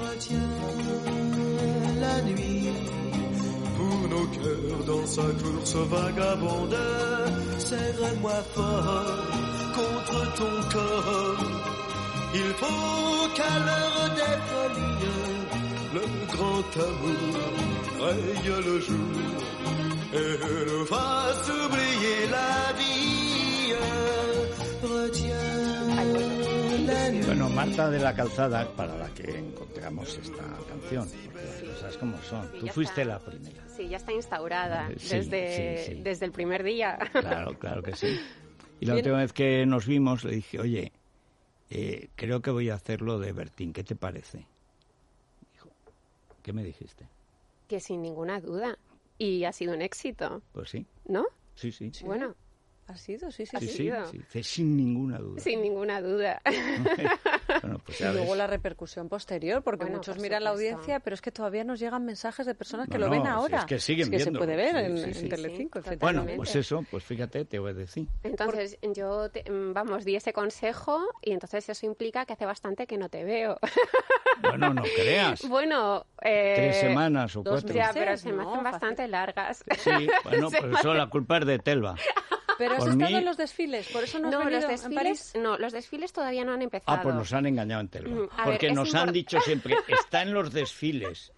Retiens la nuit pour nos cœurs dans sa course vagabonde. Serre-moi fort contre ton corps. Il faut qu'à l'heure des folies, le grand amour raye le jour et nous fasse oublier la vie. Retiens la nuit. Bueno, Marta de la Calzada, para la que encontramos esta canción, porque las cosas como son. Sí, Tú ya fuiste está. la primera. Sí, ya está instaurada Eh, sí, desde, sí, sí. desde el primer día. Claro, claro que sí. Y la Bien. última vez que nos vimos le dije, oye, eh, creo que voy a hacerlo de Bertín, ¿qué te parece? Dijo, ¿qué me dijiste? que sin ninguna duda. Y ha sido un éxito, Pues sí, ¿no? sí, sí. Sí, Bueno, ¿Ha sido? Sí, sí, Ha sí, ¿Ah, sí. sí, sido. sí, sí, sin ninguna duda. sin ninguna duda. bueno, pues Y ya luego ves. la repercusión posterior, porque Bueno, muchos por miran la supuesto. audiencia, pero es que todavía nos llegan mensajes de personas que No, lo no, ven si ahora. es que siguen Es que se viéndolo. puede ver Sí, en, sí, en sí. Telecinco, Sí, Bueno, efectivamente. pues eso, pues fíjate, te voy a decir. Entonces, yo, te- mm, vamos, di ese consejo y entonces eso implica que hace bastante que no te veo. Bueno, no creas. bueno, eh, Tres semanas o cuatro. Ya, meses, pero se me ¿no? hacen bastante Fácil. largas. Sí, bueno, pues eso la culpa es de Telva. Pero has Por estado mí- en los desfiles, por eso no, has No, venido los en París. desfiles, no, los desfiles todavía no han empezado. Ah, pues nos han engañado en Telva. Mm, a ver, Porque es nos han impor- dicho siempre, está en los desfiles.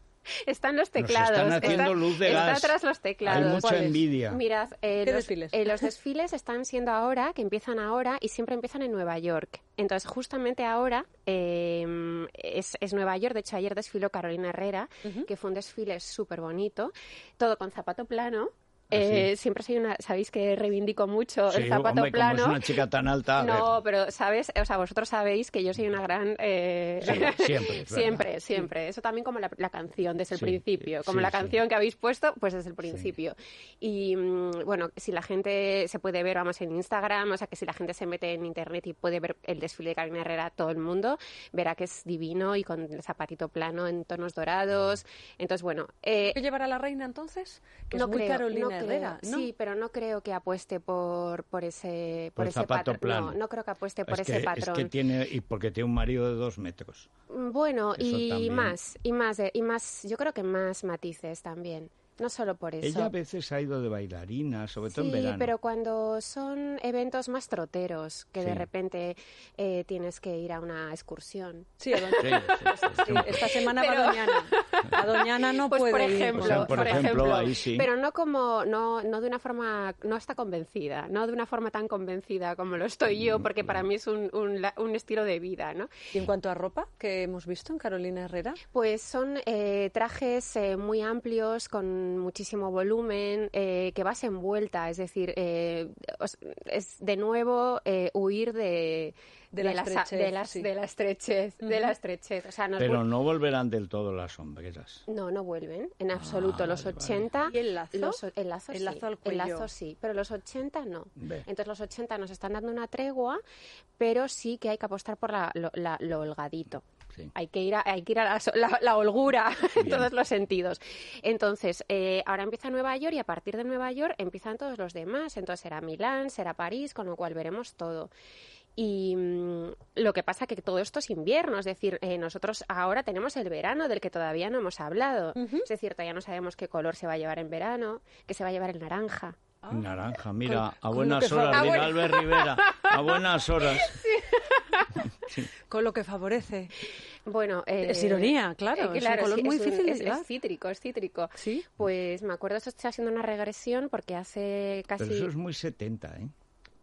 Están los Nos teclados. están haciendo está- luz de está gas. tras los teclados. Hay mucha ¿Cuáles? envidia. Mirad, eh, ¿Qué los, desfiles? eh, los desfiles están siendo ahora, que empiezan ahora y siempre empiezan en Nueva York. Entonces, justamente ahora eh, es, es Nueva York. De hecho, ayer desfiló Carolina Herrera, Ujú. que fue un desfile súper bonito, todo con zapato plano. Ah, Eh, Siempre soy una, sabéis que reivindico mucho el Sí, zapato hombre, como plano. es una chica tan alta, a No, pero sabes, o sea, vosotros sabéis que yo soy una gran eh, Sí, siempre, es verdad. siempre, siempre. Eso también como la, la canción desde el Sí, principio, eh, como sí, la sí. canción que habéis puesto, pues desde el principio. Y mm, bueno, si la gente se puede ver, vamos en Instagram, o sea, que si la gente se mete en internet y puede ver el desfile de Carolina Herrera, todo el mundo verá que es divino y con el zapatito plano en tonos dorados. Mm. Entonces, bueno, eh, ¿Qué llevará la reina entonces? Que es muy creo, Carolina no Herrera, creo. ¿no? Sí, pero no creo que apueste por, por ese, por Por ese zapato patrón. plano. No, no creo que apueste por es ese que, patrón. Es que tiene, y porque tiene un marido de dos metros. Mm, Bueno, Eso y también. más, y más, de- y más, yo creo que más matices también. No solo por eso. Ella a veces ha ido de bailarina, sobre todo Sí, en verano. pero cuando son eventos más troteros, que de Sí. repente eh, tienes que ir a una excursión. Sí, a Doña- Sí, sí, sí, sí. sí, esta semana Pero- va Doñana. A Doñana no Pues puede por ir. ejemplo, O sea, por ejemplo, ahí sí. Pero no como, no, no de una forma, no está convencida, no de una forma tan convencida como lo estoy Mm, yo, porque para mí es un, un, la- un estilo de vida, ¿no? ¿Y en cuanto a ropa que hemos visto en Carolina Herrera? Pues son eh, trajes eh, muy amplios, con muchísimo volumen, eh, que vas envuelta, es decir, eh, os- es de nuevo eh, huir de, De la la sa- estrechez, de las- sí. de la estrechez, de la estrechez. O sea, nos Pero vu- no volverán del todo las sombreras. no, no vuelven, en absoluto. Ah, los vale, vale. 80. ¿Y el lazo? los o- el lazo, El sí, lazo al el cuello. lazo sí, pero los 80 no. Ve. Entonces los 80 nos están dando una tregua, pero sí que hay que apostar por la- lo- la- lo holgadito. Sí. Hay que ir a, hay que ir a la, so- la- la holgura en todos los sentidos. Entonces, eh, ahora empieza Nueva York y a partir de Nueva York empiezan todos los demás. Entonces será Milán, será París, con lo cual veremos todo. Y mm, lo que pasa que todo esto es invierno, es decir, eh, nosotros ahora tenemos el verano del que todavía no hemos hablado. Es decir, todavía no sabemos qué color se va a llevar en verano, que se va a llevar el naranja. Naranja, mira, a con lo buenas que fa- horas, Ah, dirá bueno. Albert Rivera, a buenas horas. Con lo que favorece. Bueno, eh, Es ironía, claro, es un color muy difícil de es- es llevar. cítrico, es cítrico. Sí. Pues me acuerdo, eso está haciendo una regresión porque hace casi. Pero eso es muy 70, ¿eh?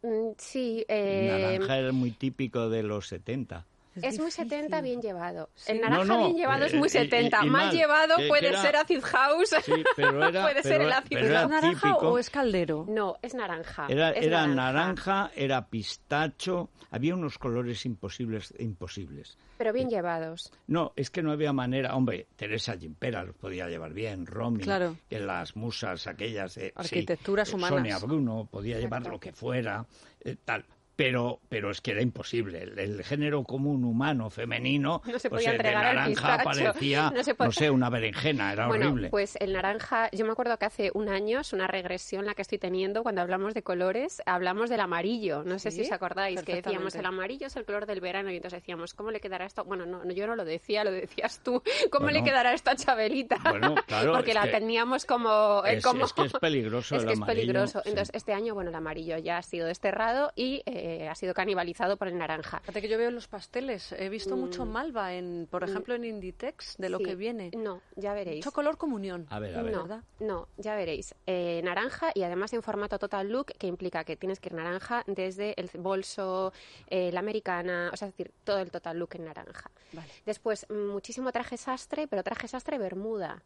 Mm, Sí, eh, Naranja era muy típico de los 70. es muy difícil. 70 bien llevado. Sí. El naranja No, no, bien llevado es eh, muy y- 70. y mal mal, llevado que- que puede era- ser acid house. Sí, pero era, puede pero ser el era- ácido. pero era ¿Es naranja típico. o es caldero? No, es naranja. Era, es era naranja, era pistacho, había unos colores imposibles, imposibles. Pero bien llevados. No, es que no había manera. Hombre, Teresa Gimpera los podía llevar bien, Romy, Claro. eh, las musas aquellas. eh, sí, Arquitecturas eh, humanas. Sonia Bruno podía llevar Exacto. lo que fuera, eh, tal. pero, pero es que era imposible. El, el género común humano femenino, No se pues podía el de entregar al naranja pistacho. parecía, No no, se podía. sé, una berenjena, era bueno, horrible. pues el naranja, yo me acuerdo que hace un año es una regresión la que estoy teniendo cuando hablamos de colores, hablamos del amarillo. No sé Sí, si os acordáis que decíamos perfectamente. el amarillo es el color del verano y entonces decíamos, ¿cómo le quedará esto? Bueno, no, no, yo no lo decía, lo decías tú. ¿Cómo Bueno. le quedará esto a Chabelita? Bueno, claro, Porque es la que- teníamos como, eh, es, como- es que es peligroso Es el que es amarillo, peligroso. sí. Entonces, este año, bueno, el amarillo ya ha sido desterrado y eh, ha sido canibalizado por el naranja. Fíjate que yo veo en los pasteles, he visto mucho malva, en, por ejemplo, en Inditex, de lo Mm. Sí. que viene. No, ya veréis. Mucho color comunión. A ver, a ver. No, ¿verdad? no, ya veréis. Eh, naranja y además en formato total look, que implica que tienes que ir naranja desde el bolso, eh, la americana, o sea, es decir, todo el total look en naranja. Vale. Después, mm, muchísimo traje sastre, pero traje sastre bermuda.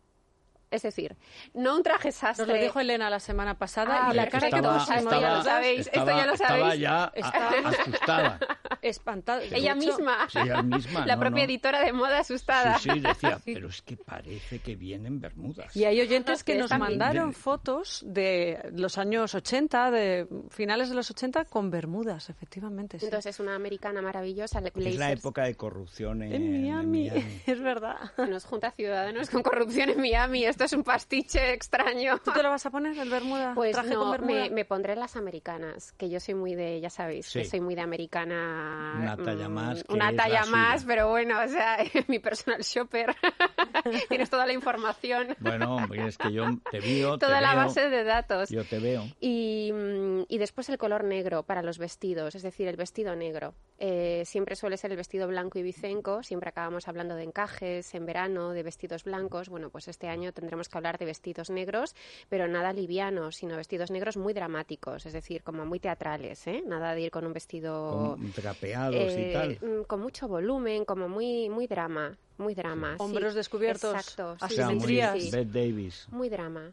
Es decir, no un traje sastre. Nos lo dijo Elena la semana pasada Este- Ah, y la cara que perfecto. todos Ah, esto ya lo sabéis, esto ya lo Eh, Estaba sabéis. ya a- Está- asustada. espantada. De ella hecho, misma. sí, ella misma, la no, propia no. editora de moda asustada. Sí, sí, decía, pero es que parece que vienen Bermudas. Y hay oyentes que Sí, nos también. mandaron fotos de los años 80, de finales de los 80, con bermudas, efectivamente. sí. Entonces es una americana maravillosa, le- Es la blazers, época de corrupción en, en Miami, es verdad. nos junta ciudadanos con corrupción en Miami. Esto es un pastiche extraño. ¿Tú te lo vas a poner el bermuda? Pues traje no, con bermuda. me, me pondré las americanas, que yo soy muy de, ya sabéis, que Sí. soy muy de americana. Una talla mm, más que Una es la talla suya. más, pero bueno, o sea, mi personal shopper. Tienes toda la información, Bueno, hombre, es que yo te veo, te toda la veo, base de datos. yo te veo. Y, mm, y después el color negro para los vestidos, es decir, el vestido negro. Eh, siempre suele ser el vestido blanco y bicenco, siempre acabamos hablando de encajes en verano, de vestidos blancos. Bueno, pues este año tendremos que hablar de vestidos negros, pero nada livianos, sino vestidos negros muy dramáticos, es decir, como muy teatrales, ¿eh? Nada de ir con un vestido... Con trapeados Oh. eh, y tal. mm, con mucho volumen, como muy, muy drama, muy drama. sí. Hombros descubiertos, Exacto, O sí, sea, muy asimetrías. sí. Bette Davis, Muy drama.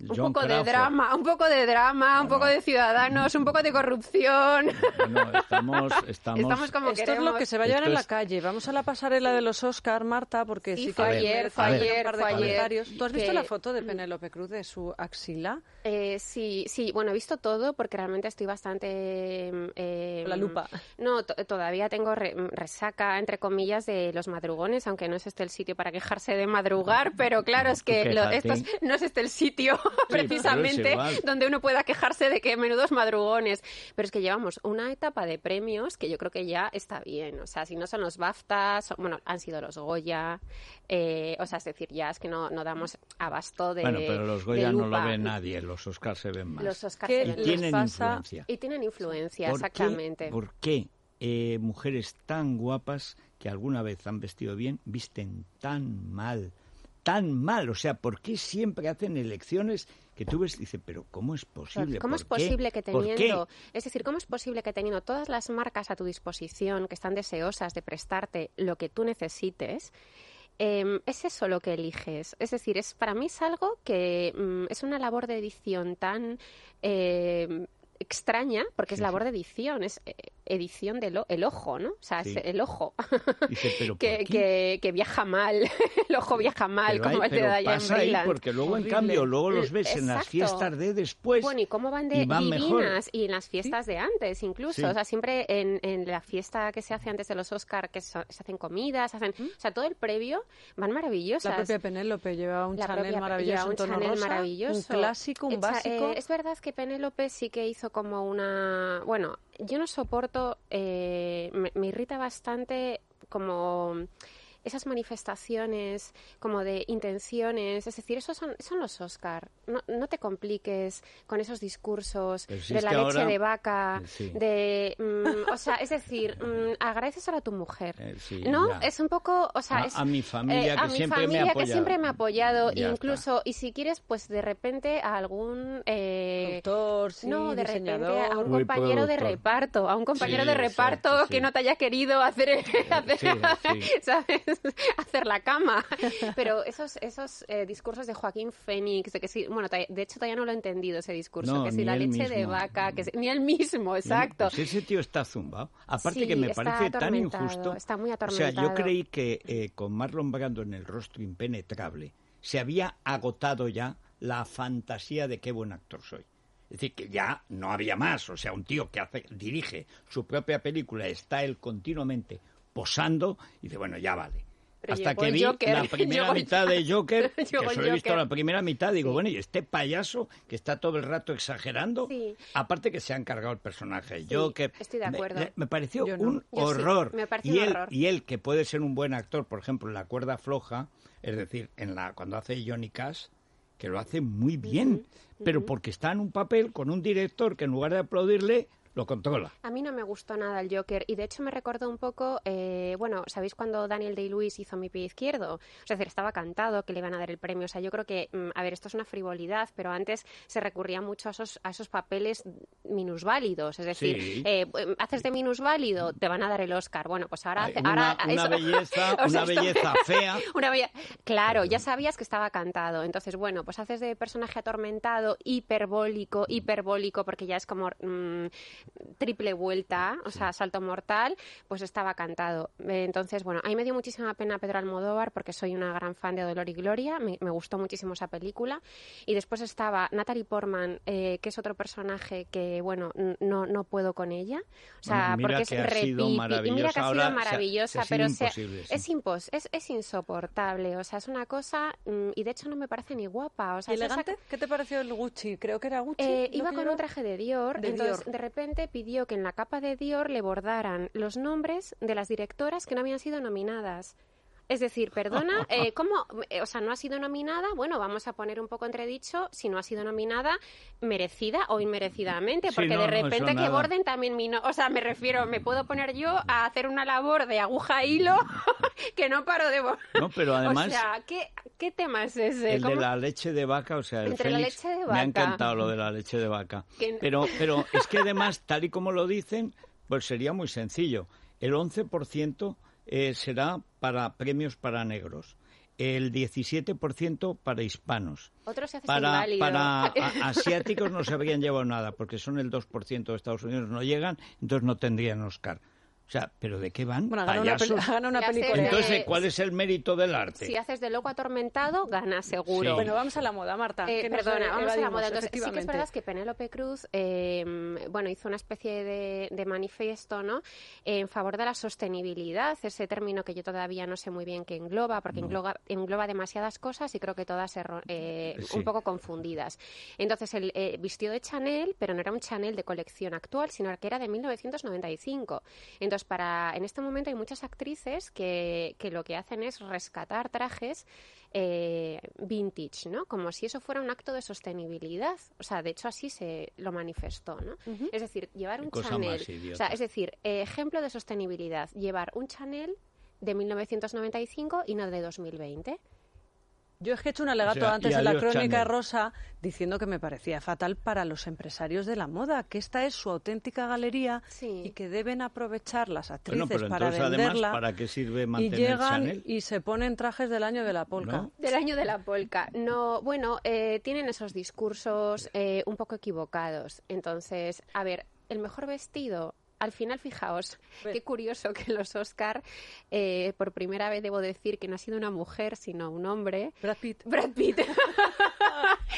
Un John poco Crawford. de drama, un poco de drama, un poco de ciudadanos, un poco de corrupción. Bueno, estamos, estamos, Estamos como Esto queremos. es lo que se va a llevar Esto en la es- calle. Vamos a la pasarela de los Oscar, Marta, porque Sí, sí fue que hay- ayer, fue hay un ayer, par de fue ayer. comentarios. ¿Tú has visto Que- la foto de Penélope Cruz de su axila? Eh, sí, sí, bueno, he visto todo porque realmente estoy bastante... mm, eh, La lupa. No, to- todavía tengo re- mm, resaca, entre comillas, de los madrugones, aunque no es este el sitio para quejarse de madrugar, pero claro, es que Tú lo- quéjate. estos- no es este el sitio pero es precisamente igual. donde uno pueda quejarse de que menudos madrugones. Pero es que llevamos una etapa de premios que yo creo que ya está bien. O sea, si no son los BAFTA, son- bueno, han sido los Goya. eh, o sea, es decir, ya es que no, no damos abasto de. Bueno, pero los de Goya no lo lupa. ve nadie, los Oscar se ven más. Los Oscar se ¿Qué y ven les tienen pasa? influencia. y tienen influencia, ¿Por qué- exactamente. ¿Por qué eh, mujeres tan guapas que alguna vez han vestido bien visten tan mal? Tan mal, o sea, ¿por qué siempre hacen elecciones que tú ves y dices, pero cómo es posible? ¿Cómo es ¿Por qué? posible que ¿Por qué? teniendo, es decir, cómo es posible que teniendo todas las marcas a tu disposición que están deseosas de prestarte lo que tú necesites, eh, es eso lo que eliges? Es decir, es para mí es algo que mm, es una labor de edición tan eh, extraña, porque es Sí, labor de edición, es eh, edición del o- el ojo, ¿no? O sea, Sí. es el ojo Dice, pero ¿por que, qué? que- que viaja mal, el ojo viaja mal, Pero como hay- el de pero Diane pasa ahí Brillant. porque luego, Horrible. en cambio, luego los ves en las Exacto. fiestas de después. Bueno, y cómo van de Pues y van divinas mejor. y en las fiestas de antes, incluso. Sí. O sea, siempre en, en la fiesta que se hace antes de los Oscar, que so- se hacen comidas, se ¿Mm? hacen. O sea, todo el previo van maravillosas. La propia Penélope llevaba un La Chanel propia- maravilloso, lleva un tono Chanel rosa, maravilloso. un clásico, un Echa- básico. eh, es verdad que Penélope sí que hizo como una. Bueno, yo no soporto. eh, me, me irrita bastante como esas manifestaciones como de intenciones, es decir, esos son, son los Oscar. No, no te compliques con esos discursos Pero si de es la que leche ahora- Eh, de vaca, Sí. de, mm, o sea, es decir, mm, agradeceselo a tu mujer, Eh, sí, ¿no? ya. Es un poco, o sea, A- es- a mi familia que Eh, mi siempre me ha familia que apoyado. siempre me ha apoyado, Ya incluso, y si quieres, pues de repente a algún eh, Productor, sí, no, de repente ah, diseñador. a un Muy compañero de productor. reparto, a un compañero Sí, de exacto, reparto sí. que no te haya querido hacer, hacer, sí. ¿sabes? hacer la cama. Pero esos, esos eh, discursos de Joaquín Fénix, de que sí, bueno, ta- de hecho todavía no lo he entendido ese discurso, No, que si ni la él leche de mismo. Mm. vaca, que si- ni él mismo, exacto. Pues ese tío está zumbado. Aparte Sí, que me está parece tan atormentado, injusto. está muy O sea, atormentado. yo creí que eh, con Marlon Brando en el rostro impenetrable se había agotado ya la fantasía de qué buen actor soy. Es decir, que ya no había más. O sea, un tío que hace, dirige su propia película, está él continuamente posando y dice, bueno, ya vale. Pero Hasta llegó que el vi Joker, la primera llegó el- mitad de Joker, que Llegó el solo he visto Joker. la primera mitad, digo, bueno, y este payaso que está todo el rato exagerando, Sí. aparte que se han cargado el personaje de Joker. estoy de Me- acuerdo. Me, pareció Yo no. un Yo sí, horror. me parece un y él, horror. Y él, que puede ser un buen actor, por ejemplo, en La cuerda floja, es decir, en la cuando hace Johnny Cash, que lo hace muy bien, pero porque está en un papel con un director que en lugar de aplaudirle, lo controla. A mí no me gustó nada el Joker y de hecho me recordó un poco, eh, bueno, ¿sabéis cuando Daniel Day-Lewis hizo Mi pie izquierdo? O sea, es decir, estaba cantado que le iban a dar el premio. O sea, yo creo que, mm, a ver, esto es una frivolidad, pero antes se recurría mucho a esos, a esos papeles minusválidos. Es decir, Sí. eh, em, haces de minusválido, te van a dar el Oscar. Bueno, pues ahora... Ay, hace- Eh, una, ahora una eso- belleza, o sea, una esto- belleza fea. una bella- Claro, ya sabías que estaba cantado. Entonces, bueno, pues haces de personaje atormentado, hiperbólico, hiperbólico, porque ya es como mm, triple vuelta, o sea, salto mortal, pues estaba cantado. Eh, Entonces, bueno, a mí me dio muchísima pena Pedro Almodóvar porque soy una gran fan de Dolor y Gloria, me, me gustó muchísimo esa película. Y después estaba Natalie Portman, eh, que es otro personaje que, bueno, n- no, no puedo con ella. O sea, Bueno, mira porque es que ha sido repipi- y mira que maravillosa, ha sido ahora se ha- se ha maravillosa, sido pero se- imposible, sí. es impos es, es insoportable, o sea, es una cosa mm, y de hecho no me parece ni guapa, o sea, ¿Y es esa- elegante? ¿Qué te pareció el Gucci? Creo que era Gucci. Eh, ¿no? iba que con llevaba. un traje de Dior, De entonces Dior. de repente pidió que en la capa de Dior le bordaran los nombres de las directoras que no habían sido nominadas. Es decir, perdona, eh, ¿cómo? Eh, O sea, no ha sido nominada, bueno, vamos a poner un poco entredicho si no ha sido nominada merecida o inmerecidamente, Sí, porque no, de no, eso repente que nada. borden también mi... no- o sea, me refiero, me puedo poner yo a hacer una labor de aguja a hilo Mm. que no paro de... bor- No, pero además o sea, ¿qué, qué tema es ese? el de ¿Cómo? la leche de vaca, o sea, el Entre la Félix, leche de me ha vaca. encantado lo de la leche de vaca. Que no- Pero, pero es que además, tal y como lo dicen, pues sería muy sencillo. El 11% eh, será para premios para negros, el 17% para hispanos. Otro se hace Para, inválido. para a- asiáticos no se habrían llevado nada, porque son el 2% de Estados Unidos, no llegan, entonces no tendrían Oscar. O sea, ¿pero de qué van? Bueno, gana una, peli- Payasos. gana una Ya sé, película. Entonces, Eh, ¿cuál es el mérito del arte? Si haces de loco atormentado, ganas seguro. Sí. Bueno, vamos a la moda, Marta. Eh, que nos perdona, vamos a la evadimos, moda. Entonces, sí que es efectivamente. verdad que Penélope Cruz, eh, bueno, hizo una especie de, de manifiesto, ¿no? En favor de la sostenibilidad, ese término que yo todavía no sé muy bien qué engloba, porque engloba, engloba demasiadas cosas y creo que todas erro- eh, Sí. un poco confundidas. Entonces, el eh, vistió de Chanel, pero no era un Chanel de colección actual, sino que era de 1995. Entonces, para en este momento hay muchas actrices que, que lo que hacen es rescatar trajes eh, vintage, ¿no? Como si eso fuera un acto de sostenibilidad. O sea, de hecho así se lo manifestó, ¿no? Es decir, llevar Qué un cosa Chanel, más idiota. o sea, es decir, eh, ejemplo de sostenibilidad, llevar un Chanel de 1995 y no de 2020. Yo es que he hecho un alegato O sea, y antes en la adiós, crónica Chanel. rosa diciendo que me parecía fatal para los empresarios de la moda, que esta es su auténtica galería Sí. y que deben aprovechar las Bueno, actrices pero para entonces, además, venderla. ¿para qué sirve y mantener llegan Chanel? y se ponen trajes del año de la polca. ¿No? Del año de la polca. No, bueno, eh, tienen esos discursos eh, un poco equivocados. Entonces, a ver, el mejor vestido. Al final, fijaos, Ve. qué curioso que los Oscar, eh, por primera vez debo decir que no ha sido una mujer, sino un hombre. Brad Pitt, Brad Pitt,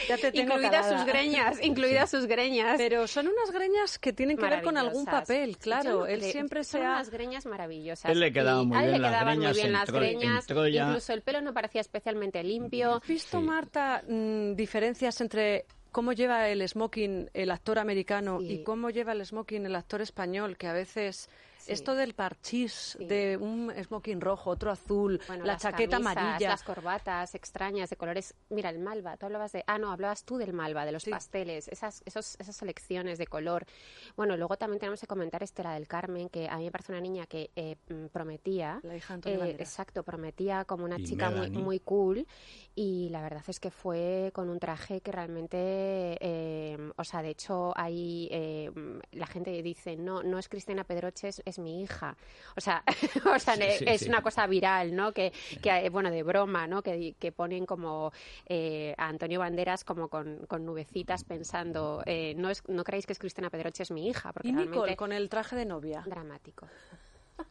ya te tengo incluidas calada. sus greñas, incluidas sus greñas. Pero son unas greñas que tienen que ver con algún Maravillosas. papel, Yo claro. no Él creo- siempre son se ha... unas greñas maravillosas. Él le quedaba Y muy a él le bien las quedaban muy greñas, bien en las Troy- en greñas. Troya- Incluso el pelo no parecía especialmente limpio. ¿Has visto, Marta, mm, diferencias entre cómo lleva el smoking el actor americano Sí. y cómo lleva el smoking el actor español? Que a veces Sí. esto del parchís, de un smoking rojo, otro azul, Bueno, la las chaqueta camisas, amarilla. Las corbatas extrañas de colores. Mira, el malva, tú hablabas de. Ah, no, hablabas tú del malva, de los Sí. pasteles, esas, esos, esas selecciones de color. Bueno, luego también tenemos que comentar Estela del Carmen, que a mí me parece una niña que eh, mm, prometía. La hija de Antonio eh, Banderas. exacto, prometía como una Y chica muy, Melanie. muy cool. Y la verdad es que fue con un traje que realmente. eh, o sea, de hecho, ahí eh, la gente dice: no, no es Cristina Pedroche, es, es mi hija. O sea, o sea Sí, ne- sí, es sí. una cosa viral, ¿no? Que, que eh, bueno, de broma, ¿no? Que, di- que ponen como eh, a Antonio Banderas como con, con nubecitas pensando, eh, no, es, no creéis que es Cristina Pedroche es mi hija, porque Y Nicole realmente... con el traje de novia. Dramático.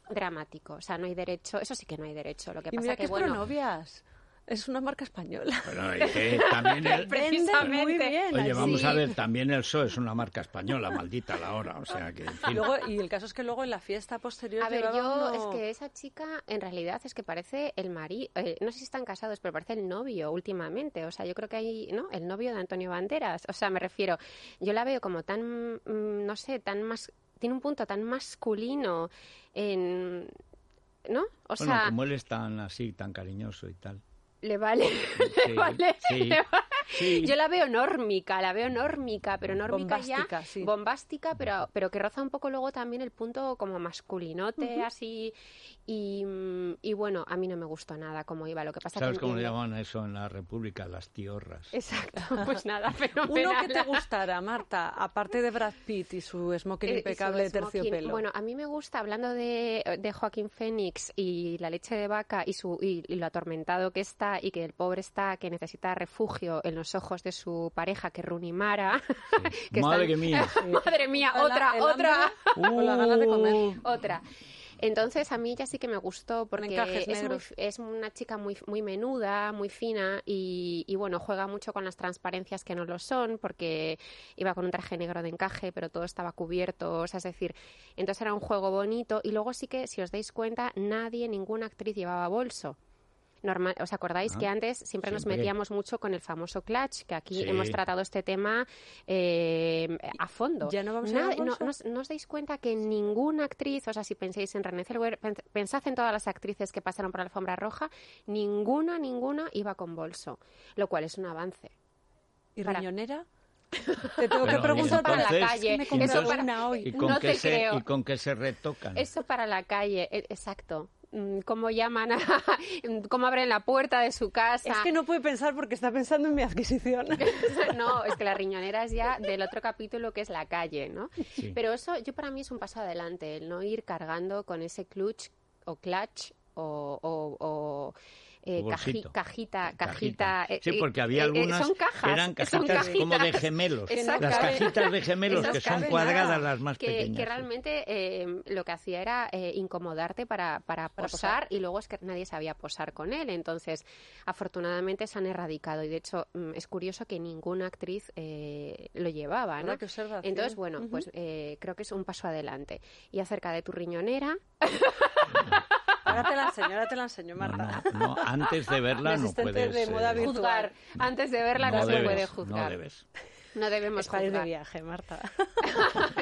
Dramático. O sea, no hay derecho, eso sí que no hay derecho. Lo que Y pasa mira que que, es bueno... pronovias. Es una marca española. Bueno, y que también el, Vende muy Precisamente. bien. Oye, allí. vamos a ver, también el SO es una marca española, maldita la hora. O sea que, en Y, fin. luego, y el caso es que luego en la fiesta posterior A ver, llevaba yo uno- es que esa chica en realidad es que parece el marido, no sé si están casados, pero parece el novio últimamente. O sea, yo creo que hay, ¿no? El novio de Antonio Banderas. O sea, me refiero, yo la veo como tan, mm, no sé, tan más, tiene un punto tan masculino en, ¿no? O bueno, sea, como él es tan así, tan cariñoso y tal. le vale, Sí, le vale, sí, le vale. sí. Yo la veo nórmica, la veo nórmica, pero nórmica Bombástica, ya sí. bombástica, pero, pero que roza un poco luego también el punto como masculinote, así. Y, mm, y bueno, a mí no me gustó nada cómo iba. Lo que pasa ¿Sabes que cómo le entiendo- llamaban a eso en la República? Las tiorras. Exacto, pues nada, Uno fenomenal. que te gustara, Marta, aparte de Brad Pitt y su smoking Eh, impecable de eso, smoking. terciopelo. Bueno, a mí me gusta, hablando de, de Joaquín Fénix y la leche de vaca y, su, y, y lo atormentado que está y que el pobre está, que necesita refugio en los ojos de su pareja, que es Rooney Mara. que Madre están- que mía. Madre mía, El ha- otra, el otra, hambre con las ganas de comer. Uh, otra. Entonces a mí ya sí que Mm. me gustó porque encajes es, muy- negros. es una chica muy, muy menuda, muy fina y, y, bueno, juega mucho con las transparencias que no lo son porque iba con un traje negro de encaje pero todo estaba cubierto, o sea, es decir, entonces era un juego bonito y luego sí que si os dais cuenta nadie, ninguna actriz llevaba bolso. Normal, ¿Os acordáis Ah, que antes siempre, nos siempre. metíamos mucho con el famoso clutch? Que aquí Sí. hemos tratado este tema eh, a fondo. ¿Ya no vamos a Nada- llevar no, bolso? no os- no os dais cuenta que ninguna actriz, o sea, si pensáis en René Zellweger, pen- pensad en todas las actrices que pasaron por la alfombra roja, ninguna, ninguna iba con bolso, lo cual es un avance. ¿Y para- riñonera? Te tengo Bueno, que preguntar eso para la entonces- calle, Me he entonces- comprado eso para, una hoy. ¿Y con, No qué te se, creo. ¿Y con qué se retocan? eso para la calle, e- exacto. Mm, ¿Cómo llaman a, cómo abren la puerta de su casa? Es que no puede pensar porque está pensando en mi adquisición. no, es que la riñonera es ya del otro capítulo que es la calle, ¿no? Sí. Pero eso, yo para mí es un paso adelante, el no ir cargando con ese clutch o clutch o... o- o, eh, O bolsito. caji- cajita, Cajita. cajita. eh, Sí, eh, porque había eh, eh, algunas son cajas, que eran son cajitas, como de cajitas. gemelos. Exacto. Las cajitas de gemelos Esas que son caben cuadradas nada. las más que, pequeñas. que sí. realmente eh, lo que hacía era eh, incomodarte para, para, Para posar, y luego es que nadie sabía posar con él. Entonces, afortunadamente se han erradicado y de hecho mm, es curioso que ninguna actriz eh, lo llevaba. Ahora ¿no? que observación. Entonces, bueno, Ujú. pues eh, creo que es un paso adelante. Y acerca de tu riñonera, Ahora te la enseño, ahora te la enseñyo, No, Marta. no, no, antes de verla Las no asistentes puedes... de moda virtual. juzgar. Antes de verla no, no, se puede debes, no juzgar. debes. No debemos Es para ir de juzgar. viaje, Marta.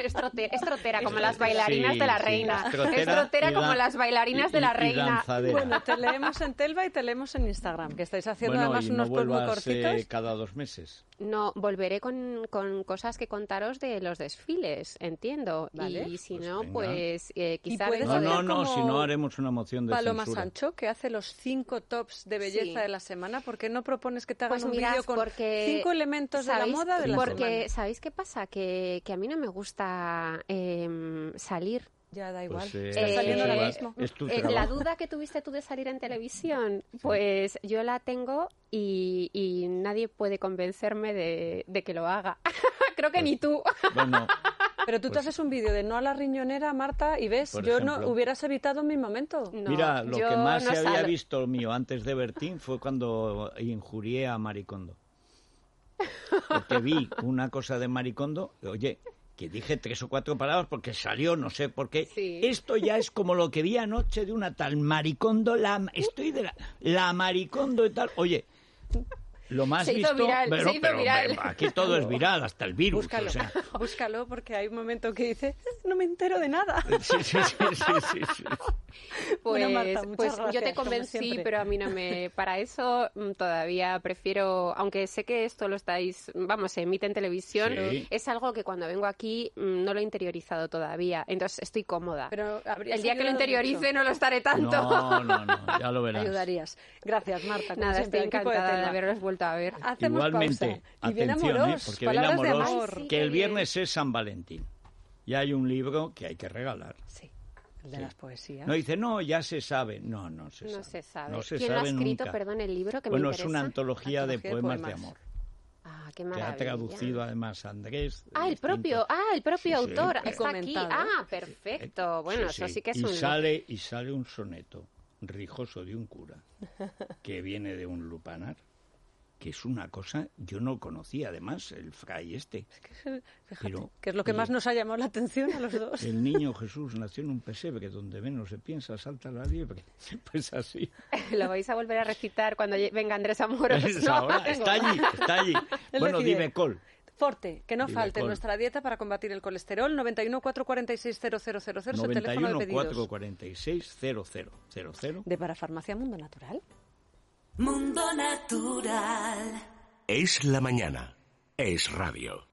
es, trote- es trotera, como Es las trotera. bailarinas Sí, de la sí, reina. es trotera Es trotera y como dan- las bailarinas y- de la y reina. danzadera. Bueno, te leemos en Telva y te leemos en Instagram, que estáis haciendo Bueno, además y no unos posts muy vuelvas eh, cortitos. cada dos meses. No, volveré con, con cosas que contaros de los desfiles, entiendo. Vale. Y si Pues no, venga. pues eh, quizá... puedes dentro No, hacer de- no, no, como si no haremos una moción de Paloma censura. Sancho, que hace los cinco tops de belleza Sí. de la semana, ¿por qué no propones que te hagan Pues un mirad, vídeo con porque cinco elementos de la ¿sabéis? moda de la Porque, semana? ¿sabéis qué pasa? Que, que a mí no me gusta em, salir. Ya da igual. Pues, eh, Está Eh, saliendo ahora eh, mismo. Es tu Eh, la trabajo. duda que tuviste tú de salir en televisión, pues yo la tengo y, y nadie puede convencerme de, de que lo haga. Creo que ni Pues tú. Bueno, Pero tú te Pues- haces un vídeo de no a la riñonera, Marta, y ves, Por yo no ejemplo. hubieras evitado mi momento. No, mira, lo yo que más no se había salgo. visto mío antes de Bertín fue cuando injurié a Maricondo. Porque vi una cosa de Maricondo, oye, que dije tres o cuatro palabras porque salió, no sé por qué. Sí. Esto ya es como lo que vi anoche de una tal Maricondo, la estoy de la, la Maricondo y tal. Oye, lo más Se hizo visto, viral, pero, se hizo pero, viral. hombre, aquí todo es viral, hasta el virus, Búscalo, pues, o sea. búscalo, porque hay un momento que dices, no me entero de nada. Sí, sí, sí, sí, sí, sí. Pues, Bueno, Marta, muchas pues yo gracias, te como convencí, siempre. pero a mí no me. Para eso mm, todavía prefiero, aunque sé que esto lo estáis, vamos, se emite en televisión, Sí. es algo que cuando vengo aquí mm, no lo he interiorizado todavía, entonces estoy cómoda. Pero habrías el día que lo ayudado interiorice mucho. no lo estaré tanto. No, no, no, ya lo verás. Ayudarías. Gracias, Marta. como Nada, estoy siempre, al equipo de encantada de Telva. haberos vuelto a ver. Hacemos Igualmente, pausa. Y bien atención, ¿eh? amorós, porque bien palabras de amorós, amor. Ay, sí, que qué el bien. viernes es San Valentín. Y hay un libro que hay que regalar. Sí, el de Sí. las poesías. No dice, no, ya se sabe. No, no se sabe. No se sabe. No se ¿Quién sabe lo ha escrito, nunca. perdón, el libro que bueno, me es interesa? una antología, de Antología de poemas de poemas. amor. Ah, qué Que maravilla. ha traducido además Andrés. Ah, el distintos- propio, ah, el propio Sí, sí. autor Eh, está aquí. Comentado. Ah, perfecto. Bueno, eso sí que es y un Sale, y sale un soneto. rijoso de un cura que viene de un lupanar, que es una cosa, yo no conocía además el fray este. Fíjate, Pero- que es lo que más Oye. nos ha llamado la atención a los dos. El niño Jesús nació en un pesebre, donde menos se piensa salta la liebre. Pues así. Lo vais a volver a recitar cuando lle- venga Andrés Amoros. Es ¿no? ahora, Tengo- está allí, está allí. Él bueno, decide. dime col. Forte, que no Dime, falte en Col. nuestra dieta para combatir el colesterol. 91 446 000 es el teléfono de 91 pedidos. 446 0000. De Parafarmacia Mundo Natural. Mundo Natural. Es la mañana. Es radio.